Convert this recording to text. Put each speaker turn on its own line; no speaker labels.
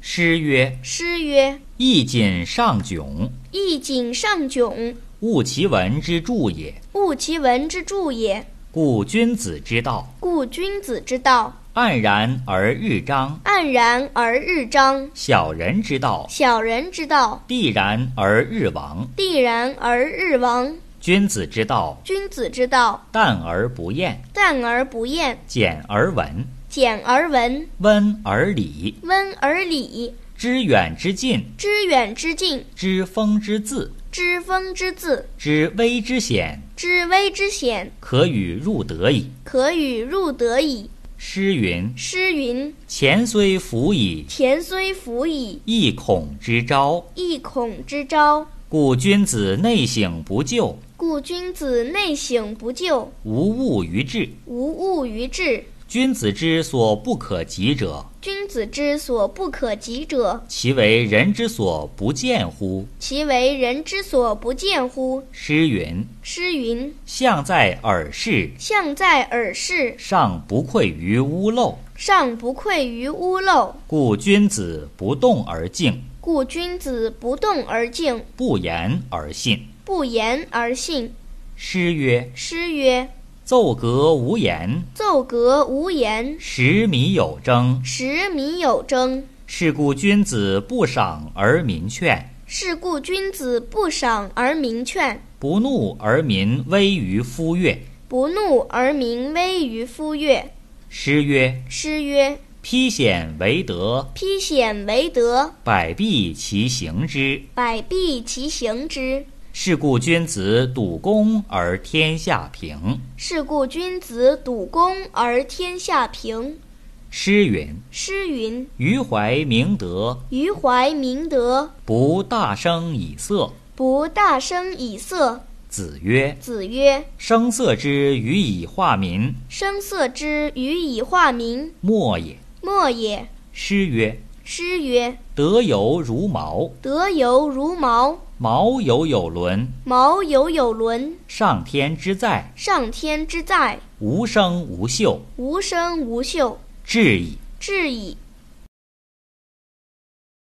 诗曰
诗曰：“
意锦上囧，：“
衣锦上囧，
物其文之助也。
物其文之助也。
故君子之道，
故君子之道，
黯然而日章；
黯然而日章；
小人之道，
小人之道，
必然而日亡。
必然而日亡。
君子之道，
君子之道，
淡而不厌，
淡而不厌，
简而文，
简而文，
温而理。
温而理。
知远之近，
知远之近，
知风之自，
知风之自，
知危之险，
知危之险，
可与入得矣。”
可与入得矣。”
诗云
诗云：“
前虽辅以：“
前虽辅以，
一孔之招，
一孔之招。”
故君子内省不疚，
故君子内省不疚，
无物于志。
无物于志。
君子之所不可及者，
君子之所不可及者，
其为人之所不见乎？
其为人之所不见乎？
诗云
诗云：“
象在耳室，：“
象在耳室，
尚不愧于屋漏。
尚不愧于屋漏。”
故君子不动而静，”
故君子不动而静，
不言而信。
不言而信。
诗曰
诗曰：“
奏革无言，：“
奏革无言，
食米有争。
食米有争。”
是故君子不赏而民劝，
是故君子不赏而民劝，
不怒而民危于夫乐。”
不怒而民危于夫乐。
诗曰
诗曰：“
披险为德，：“
披险为德，
百弊其行之。
百弊其行之。
是故君子笃公而天下平。
是故君子笃公而天下平。”
诗云
诗云：“
余怀明德，：“
余怀明德，
不大声以色。
不大声以色。”
子曰”
子曰：“
声色之予以化民，：“
声色之予以化民，
莫也。
莫也。”
诗曰”
诗曰：“
德有如毛：“，
德有如毛，
毛有有伦，
毛有有伦。
上天之在，
上天之在，
无声无秀，
无声无秀，
至矣。”
至矣。